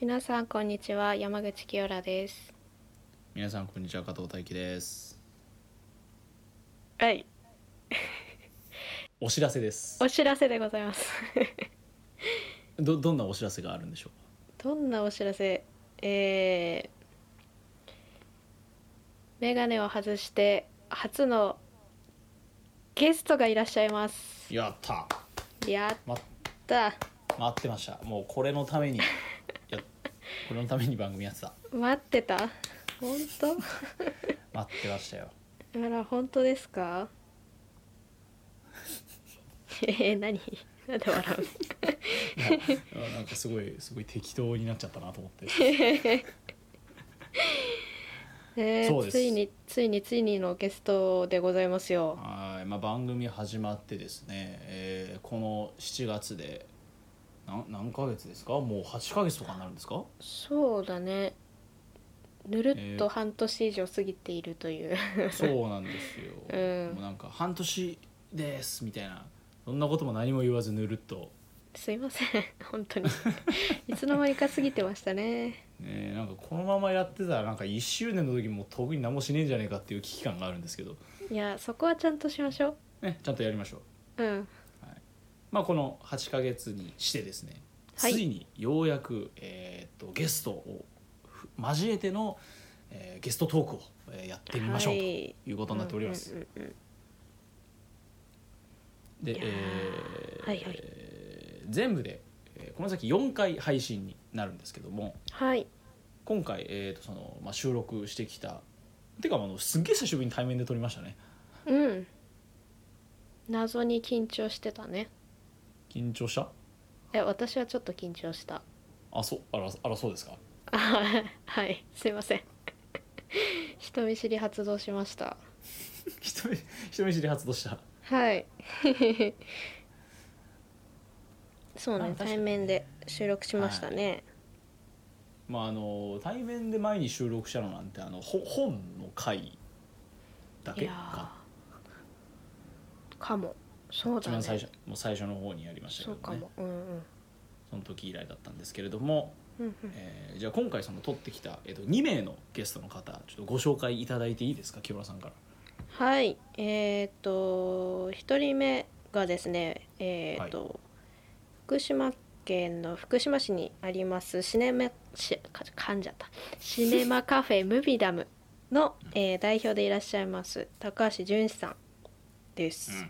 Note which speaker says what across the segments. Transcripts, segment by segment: Speaker 1: 皆さんこんにちは山口清良です
Speaker 2: 皆さんこんにちは加藤大輝です
Speaker 1: はい
Speaker 2: お知らせです
Speaker 1: お知らせでございます
Speaker 2: どどんなお知らせがあるんでしょ
Speaker 1: どんなお知らせえーメガネを外して初のゲストがいらっしゃいます
Speaker 2: うやった
Speaker 1: やっ
Speaker 2: ま
Speaker 1: た
Speaker 2: 待ってましたもうこれのため にやこれのために番組やってた
Speaker 1: 待ってた本
Speaker 2: 待ってましたよ
Speaker 1: 当あら本当です かえー、 何なんで笑う
Speaker 2: いやなんかすごいすごい適当になっちゃったなと思って
Speaker 1: えー
Speaker 2: そうです
Speaker 1: ついについについにのゲストでございますよ
Speaker 2: はい、まあ、番組始まってですね、えーこの7月でなん何ヶ月ですかもう8ヶ月とかになるんですか
Speaker 1: そうだねぬるっ
Speaker 2: え
Speaker 1: と
Speaker 2: ー
Speaker 1: 半年以上過ぎているという、
Speaker 2: そうなんですよ、
Speaker 1: うん
Speaker 2: もうなんか半年ですみたいなそんなことも何も言わずぬるっと
Speaker 1: すいません本当 にいつの間にか過ぎてましたね
Speaker 2: ねえなんかこのままやってたらなんか1周年の時も特に何もしねえんじゃねえかっていう危機感があるんですけど、
Speaker 1: いやそこはちゃんとしましょ
Speaker 2: ね、ちゃんとやりましょう、
Speaker 1: ううん
Speaker 2: まあ、この8ヶ月にしてですね、
Speaker 1: はい
Speaker 2: ついにようやく、えーっとゲストをふ交えての、えーゲストトークをえーやってみましょうと
Speaker 1: はい
Speaker 2: いうことになっております、
Speaker 1: うんうんうん
Speaker 2: で、
Speaker 1: いやー
Speaker 2: えー
Speaker 1: はいはい
Speaker 2: えー全部で、えーこの先4回配信になるんですけども、
Speaker 1: はい
Speaker 2: 今回、えーとそのまあ、収録してきたてかあのすっげえ久しぶりに対面で撮りましたね
Speaker 1: うん謎に緊張してたね
Speaker 2: 緊張した
Speaker 1: え私はちょっと緊張した
Speaker 2: あそうあらあらそうですか
Speaker 1: あはいはいすいません 人見知り発動しました
Speaker 2: 人見人見知り発動した
Speaker 1: はいそう
Speaker 2: まあ
Speaker 1: ね
Speaker 2: 確かにね
Speaker 1: 対面で収録しましたね、
Speaker 2: まああの対面で前に収録したのなんてあのほ本の回だ
Speaker 1: い、
Speaker 2: け
Speaker 1: や
Speaker 2: か
Speaker 1: ーかもそう
Speaker 2: 一
Speaker 1: だね
Speaker 2: 番最初もう最初の方にやりましたけ
Speaker 1: そう
Speaker 2: ど
Speaker 1: か
Speaker 2: ね
Speaker 1: も、うんうん
Speaker 2: その時以来だったんですけれども、
Speaker 1: うんうん
Speaker 2: えーじゃあ今回その撮ってきた、えー、と2名のゲストの方ちょっとご紹介いただいていいですか木村さんから
Speaker 1: はいえっ、と1人目がですねえっ、と、福島県の福島市にありますシネマしか噛んじゃったシネマカフェムビダムの、えー代表でいらっしゃいます高橋純一さんです、で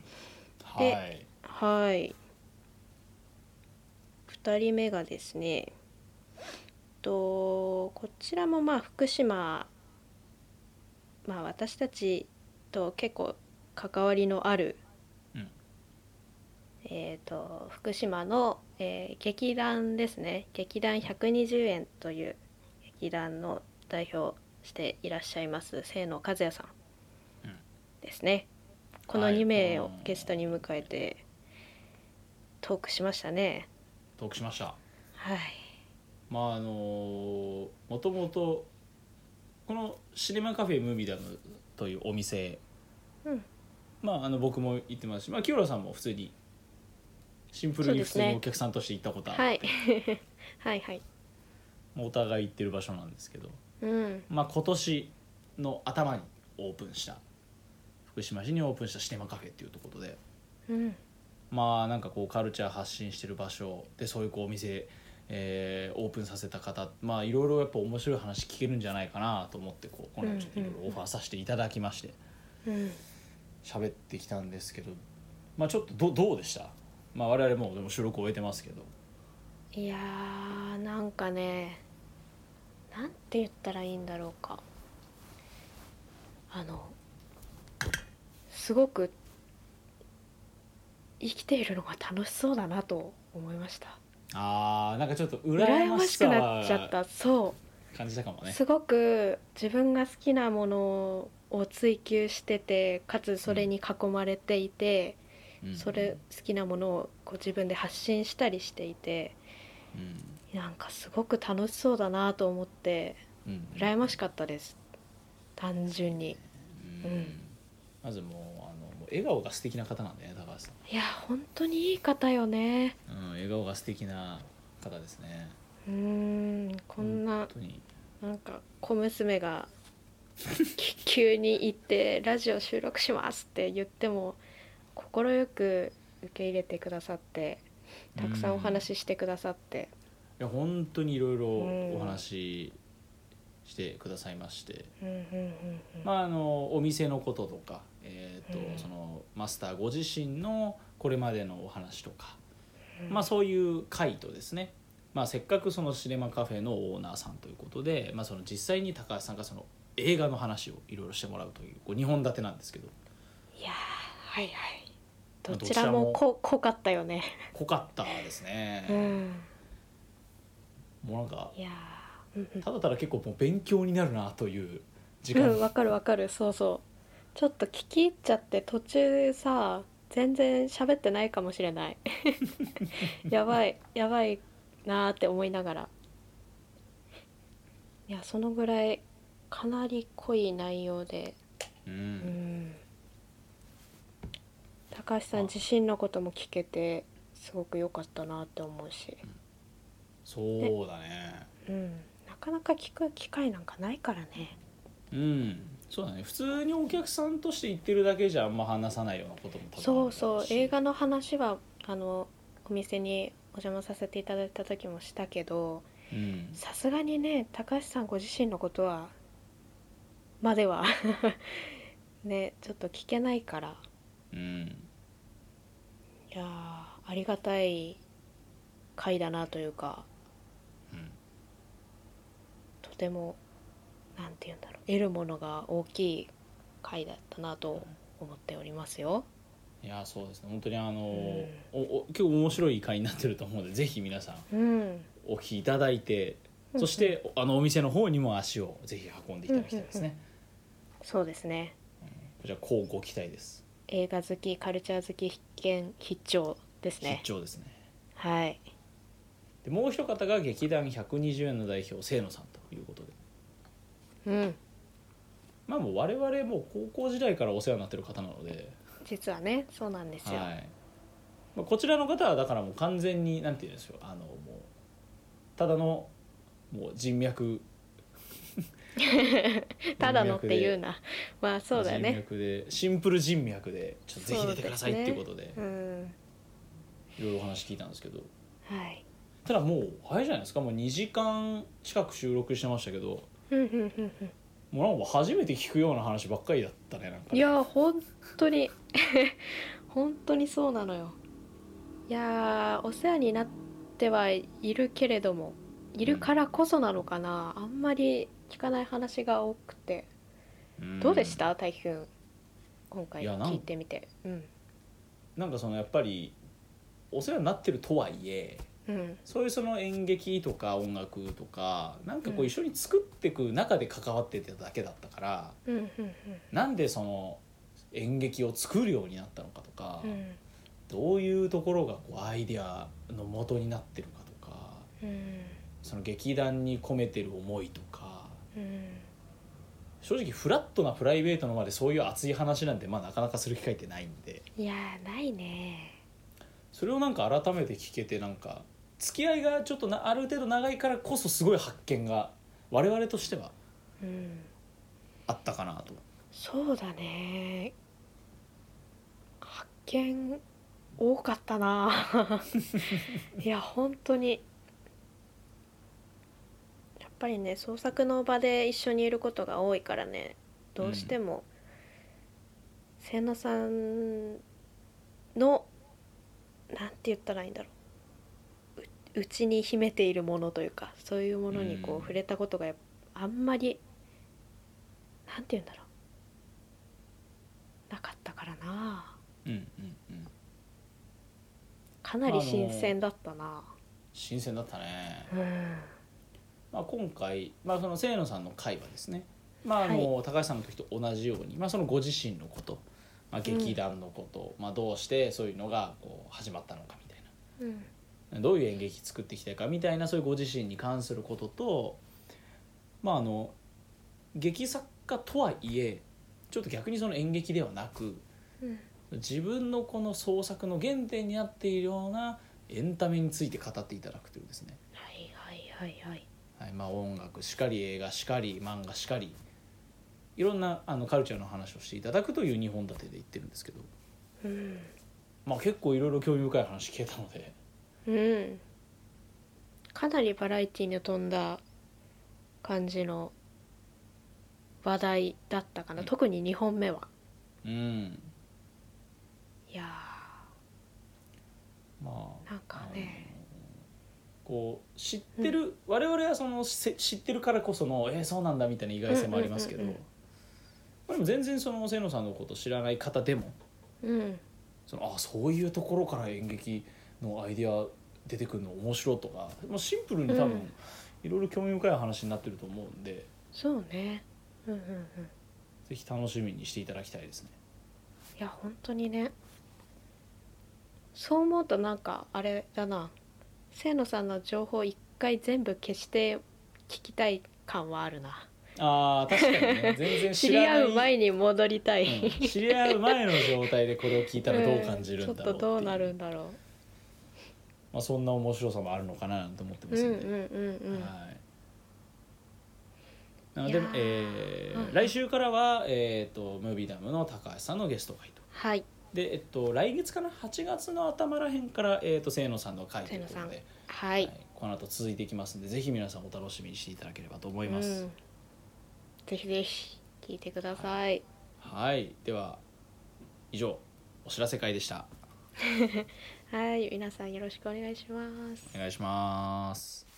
Speaker 2: はい
Speaker 1: はい。二人目がですね。とこちらもまあ福島。まあ私たちと結構関わりのある。
Speaker 2: うん
Speaker 1: えー、と福島の、えー劇団ですね劇団120円という劇団の代表をしていらっしゃいます清野和也さん
Speaker 2: うん
Speaker 1: ですね、この
Speaker 2: はい
Speaker 1: 2名を
Speaker 2: この
Speaker 1: ゲストに迎えてトークしましたね
Speaker 2: トークしました
Speaker 1: はい
Speaker 2: まああのもともとこのシネマカフェムービーダムというお店、
Speaker 1: うん
Speaker 2: まああの僕も行ってますし、まあ、清原さんも普通にシンプルに普
Speaker 1: そう
Speaker 2: 通
Speaker 1: ですね
Speaker 2: にお客さんとして行ったことある、
Speaker 1: はい はいはい
Speaker 2: もうお互い行ってる場所なんですけど、
Speaker 1: うん
Speaker 2: まあ、今年の頭にオープンした福島市にオープンしたシネマカフェっていうところで
Speaker 1: うん
Speaker 2: まあなんかこうカルチャー発信してる場所でそういうこうお店、えーオープンさせた方まあいろいろやっぱ面白い話聞けるんじゃないかなと思ってこうこの辺ちょっといろいろオファーさせていただきまして
Speaker 1: うん
Speaker 2: 喋ってきたんですけどまあちょっとどどうでしたまあ我々もうでも収録終えてますけど
Speaker 1: いやーなんかねなんて言ったらいいんだろうかあのすごく生きているのが楽しそうだなと思いました
Speaker 2: あーなんかちょっと
Speaker 1: 羨
Speaker 2: 羨ま
Speaker 1: ま
Speaker 2: し
Speaker 1: しく
Speaker 2: さ
Speaker 1: なっちゃっ
Speaker 2: は
Speaker 1: たそ
Speaker 2: 感じたかも
Speaker 1: う、
Speaker 2: ね
Speaker 1: すごく自分が好きなものを追求しててかつそれに囲まれていて、
Speaker 2: うん
Speaker 1: それ好きなものをこう自分で発信したりしていて
Speaker 2: うん
Speaker 1: なんかすごく楽しそうだなと思って
Speaker 2: うん
Speaker 1: 羨ましかったです単純に
Speaker 2: う
Speaker 1: うん
Speaker 2: んまずもうあのもう笑顔が素敵な方なんだよね高橋さん
Speaker 1: いや本当にいい方よね
Speaker 2: うん、笑顔が素敵な方ですね。
Speaker 1: ううーんこんな
Speaker 2: 本当に
Speaker 1: なんか小娘 がき急に行ってラジオ収録しますって言っても快く受け入れてくださってたくさんお話ししてくださって、
Speaker 2: いや本当にいろいろ
Speaker 1: うん
Speaker 2: お話ししてくださいまして、
Speaker 1: うんうんうんうん
Speaker 2: まあ、あのお店のこととか、えーと
Speaker 1: うん
Speaker 2: そのマスターご自身のこれまでのお話とか、
Speaker 1: うん
Speaker 2: まあ、そういう回とですね、まあ、せっかくそのシネマカフェのオーナーさんということで、まあ、その実際に高橋さんがその映画の話をいろいろしてもらうというこう2本立てなんですけど
Speaker 1: いやーはいはい
Speaker 2: まあ
Speaker 1: どちらも
Speaker 2: どちらも
Speaker 1: こ濃かったよね、
Speaker 2: 濃かったです
Speaker 1: う
Speaker 2: ね。
Speaker 1: ん
Speaker 2: もうなんか
Speaker 1: いやーうんうん
Speaker 2: ただただ結構もう勉強になるなという時間
Speaker 1: うんわかるわかるそうそうちょっと聞き入っちゃって途中さ全然喋ってないかもしれ ないやばいやばいなーって思いながらいやそのぐらいかなり濃い内容で
Speaker 2: う
Speaker 1: うんん高橋さ
Speaker 2: あ
Speaker 1: ん自身のことも聞けてすごく良かったなって思うし、
Speaker 2: そうだね。
Speaker 1: うん、なかなか聞く機会なんかないからね
Speaker 2: うん、そうだね普通にお客さんとして行ってるだけじゃあんま話さないようなことも多分
Speaker 1: そうそ
Speaker 2: あ
Speaker 1: う
Speaker 2: るだろし
Speaker 1: 映画の話はあのお店にお邪魔させていただいた時もしたけど
Speaker 2: うん
Speaker 1: さすがにね高橋さんご自身のことはまでは ねちょっと聞けないから
Speaker 2: うん
Speaker 1: いやーありがたい回だなというか
Speaker 2: うん
Speaker 1: とてもなんて言うんだろう得るものが大きい回だったなと思っておりますよ。
Speaker 2: いやそうですね本当にあの、おお結構面白い回になってると思うのでぜひ皆さん
Speaker 1: うん、
Speaker 2: お聞きいただいてそしておあのお店の方にも足をぜひ運んでいただきたいですね、
Speaker 1: そうですね
Speaker 2: こちらこうご期待です
Speaker 1: 映画好きカルチャー好き必見必聴です
Speaker 2: 必
Speaker 1: ね
Speaker 2: 聴ですね
Speaker 1: はい
Speaker 2: でもう一方が劇団120円の代表清野さんということで
Speaker 1: うん
Speaker 2: まあもう我々もう高校時代からお世話になってる方なので
Speaker 1: 実はねそうなんですよ、
Speaker 2: はいまあ、こちらの方はだからもう完全になんて言うんでしょうあのもうただのもう人脈
Speaker 1: ただのっ
Speaker 2: 人脈で
Speaker 1: て言うなまあそうだよ
Speaker 2: 人
Speaker 1: ね
Speaker 2: 脈でシンプル人脈でちょっとぜひ出てください
Speaker 1: そ
Speaker 2: っ
Speaker 1: う
Speaker 2: て
Speaker 1: です
Speaker 2: いう
Speaker 1: ね
Speaker 2: ことで
Speaker 1: うん
Speaker 2: いろいろお話聞いたんですけど
Speaker 1: はい
Speaker 2: ただもう早いじゃないですかもう2時間近く収録してましたけど
Speaker 1: うんうんうんうん
Speaker 2: もうなんか初めて聞くような話ばっかりだったねなんか
Speaker 1: い
Speaker 2: ね
Speaker 1: や本当に 本当にそうなのよいやーお世話になってはいるけれどもいるからこそなのかな、あんまり聞かない話が多くて
Speaker 2: ん
Speaker 1: どうでした大輝くん今回
Speaker 2: いやなん
Speaker 1: 聞いてみてうん
Speaker 2: なんかそのやっぱりお世話になってるとはいえ
Speaker 1: うん
Speaker 2: そういうその演劇とか音楽とかなんかこ
Speaker 1: う
Speaker 2: うん一緒に作っていく中で関わってただけだったから、
Speaker 1: うんうんうん
Speaker 2: なんでその演劇を作るようになったのかとか、
Speaker 1: うん
Speaker 2: どういうところがこうアイデアの元になってるかとか
Speaker 1: うん
Speaker 2: その劇団に込めてる思いとか
Speaker 1: うん
Speaker 2: 正直フラットなプライベートのまでそういう熱い話なんてまあなかなかする機会ってないんで
Speaker 1: いやーないね
Speaker 2: それをなんか改めて聞けてなんか付き合いがちょっとなある程度長いからこそすごい発見が我々としては
Speaker 1: うん
Speaker 2: あったかなと
Speaker 1: そうだね発見多かったな いや本当にやっぱりね創作の場で一緒にいることが多いからねどうしても、千野さんのなんて言ったらいいんだろうううちに秘めているものというかそういうものにこう
Speaker 2: うん
Speaker 1: 触れたことがやっぱあんまりなんて言うんだろうなかったからな
Speaker 2: うんうんうん
Speaker 1: かなり新鮮だったな、
Speaker 2: 新鮮だったね
Speaker 1: うん
Speaker 2: まあ、今回、まあ、その清野さんの会はですね、まああの高橋さんの時と同じように、まあ、そのご自身のこと、まあ、劇団のこと、まあ、どうしてそういうのがこう始まったのかみたい
Speaker 1: うん
Speaker 2: などういう演劇作ってきたかみたいなそういうご自身に関することと、まあ、あの劇作家とはいえちょっと逆にその演劇ではなく
Speaker 1: うん
Speaker 2: 自分のこの創作の原点になっているようなエンタメについて語っていただくというですね
Speaker 1: はいはいはいはい
Speaker 2: はいまあ、音楽しかり映画しかり漫画しかりいろんなあのカルチャーの話をしていただくという2本立てで言ってるんですけど、
Speaker 1: うん
Speaker 2: まあ、結構いろいろ興味深い話聞けたので
Speaker 1: うんかなりバラエティに富んだ感じの話題だったかな、
Speaker 2: うん
Speaker 1: 特に2本目は
Speaker 2: うん
Speaker 1: いや
Speaker 2: まあ
Speaker 1: なんかね
Speaker 2: あのこう知ってる、我々はそのせ知ってるからこそのえーそうなんだみたいな意外性もありますけど、
Speaker 1: うんうんうん
Speaker 2: まあでも全然その清野さんのこと知らない方でも
Speaker 1: ーうん
Speaker 2: そのあそういうところから演劇のアイディア出てくるの面白いとかもうシンプルに多分、
Speaker 1: うん
Speaker 2: いろいろ興味深い話になってると思うんで
Speaker 1: そうねうんうんうん
Speaker 2: ぜひ楽しみにしていただきたいですね。
Speaker 1: いや本当にねそう思うとなんかあれだな清野さんの情報一回全部消して聞きたい感はあるな
Speaker 2: あー確かに ね全然
Speaker 1: 知
Speaker 2: 知
Speaker 1: り
Speaker 2: らない
Speaker 1: 合う前に戻りたい、
Speaker 2: うん知り合う前の状態でこれを聞いたらどう感じる ん
Speaker 1: ちょ
Speaker 2: だ
Speaker 1: っと
Speaker 2: ろうってい
Speaker 1: どうなるんだろ
Speaker 2: まあ、そんな面白さもあるのかななんて思って
Speaker 1: う
Speaker 2: ま
Speaker 1: う
Speaker 2: す
Speaker 1: ん
Speaker 2: ん
Speaker 1: うん
Speaker 2: で、
Speaker 1: うんうん
Speaker 2: はいなので
Speaker 1: いやー
Speaker 2: えー
Speaker 1: うん
Speaker 2: 来週からは、えー、とムービーダムの高橋さんのゲスト会と
Speaker 1: はい
Speaker 2: で、えっと、来月かな8月の頭らへんから、えー、と清野さんの会ということで、
Speaker 1: 清野さん
Speaker 2: はい
Speaker 1: はい、
Speaker 2: この後続いていきますんでぜひ皆さんお楽しみにしていただければと思います、
Speaker 1: うん、ぜひぜひ聞いてください
Speaker 2: はいでは以上お知らせ会でした
Speaker 1: はい皆さんよろしくお願いします
Speaker 2: お願いします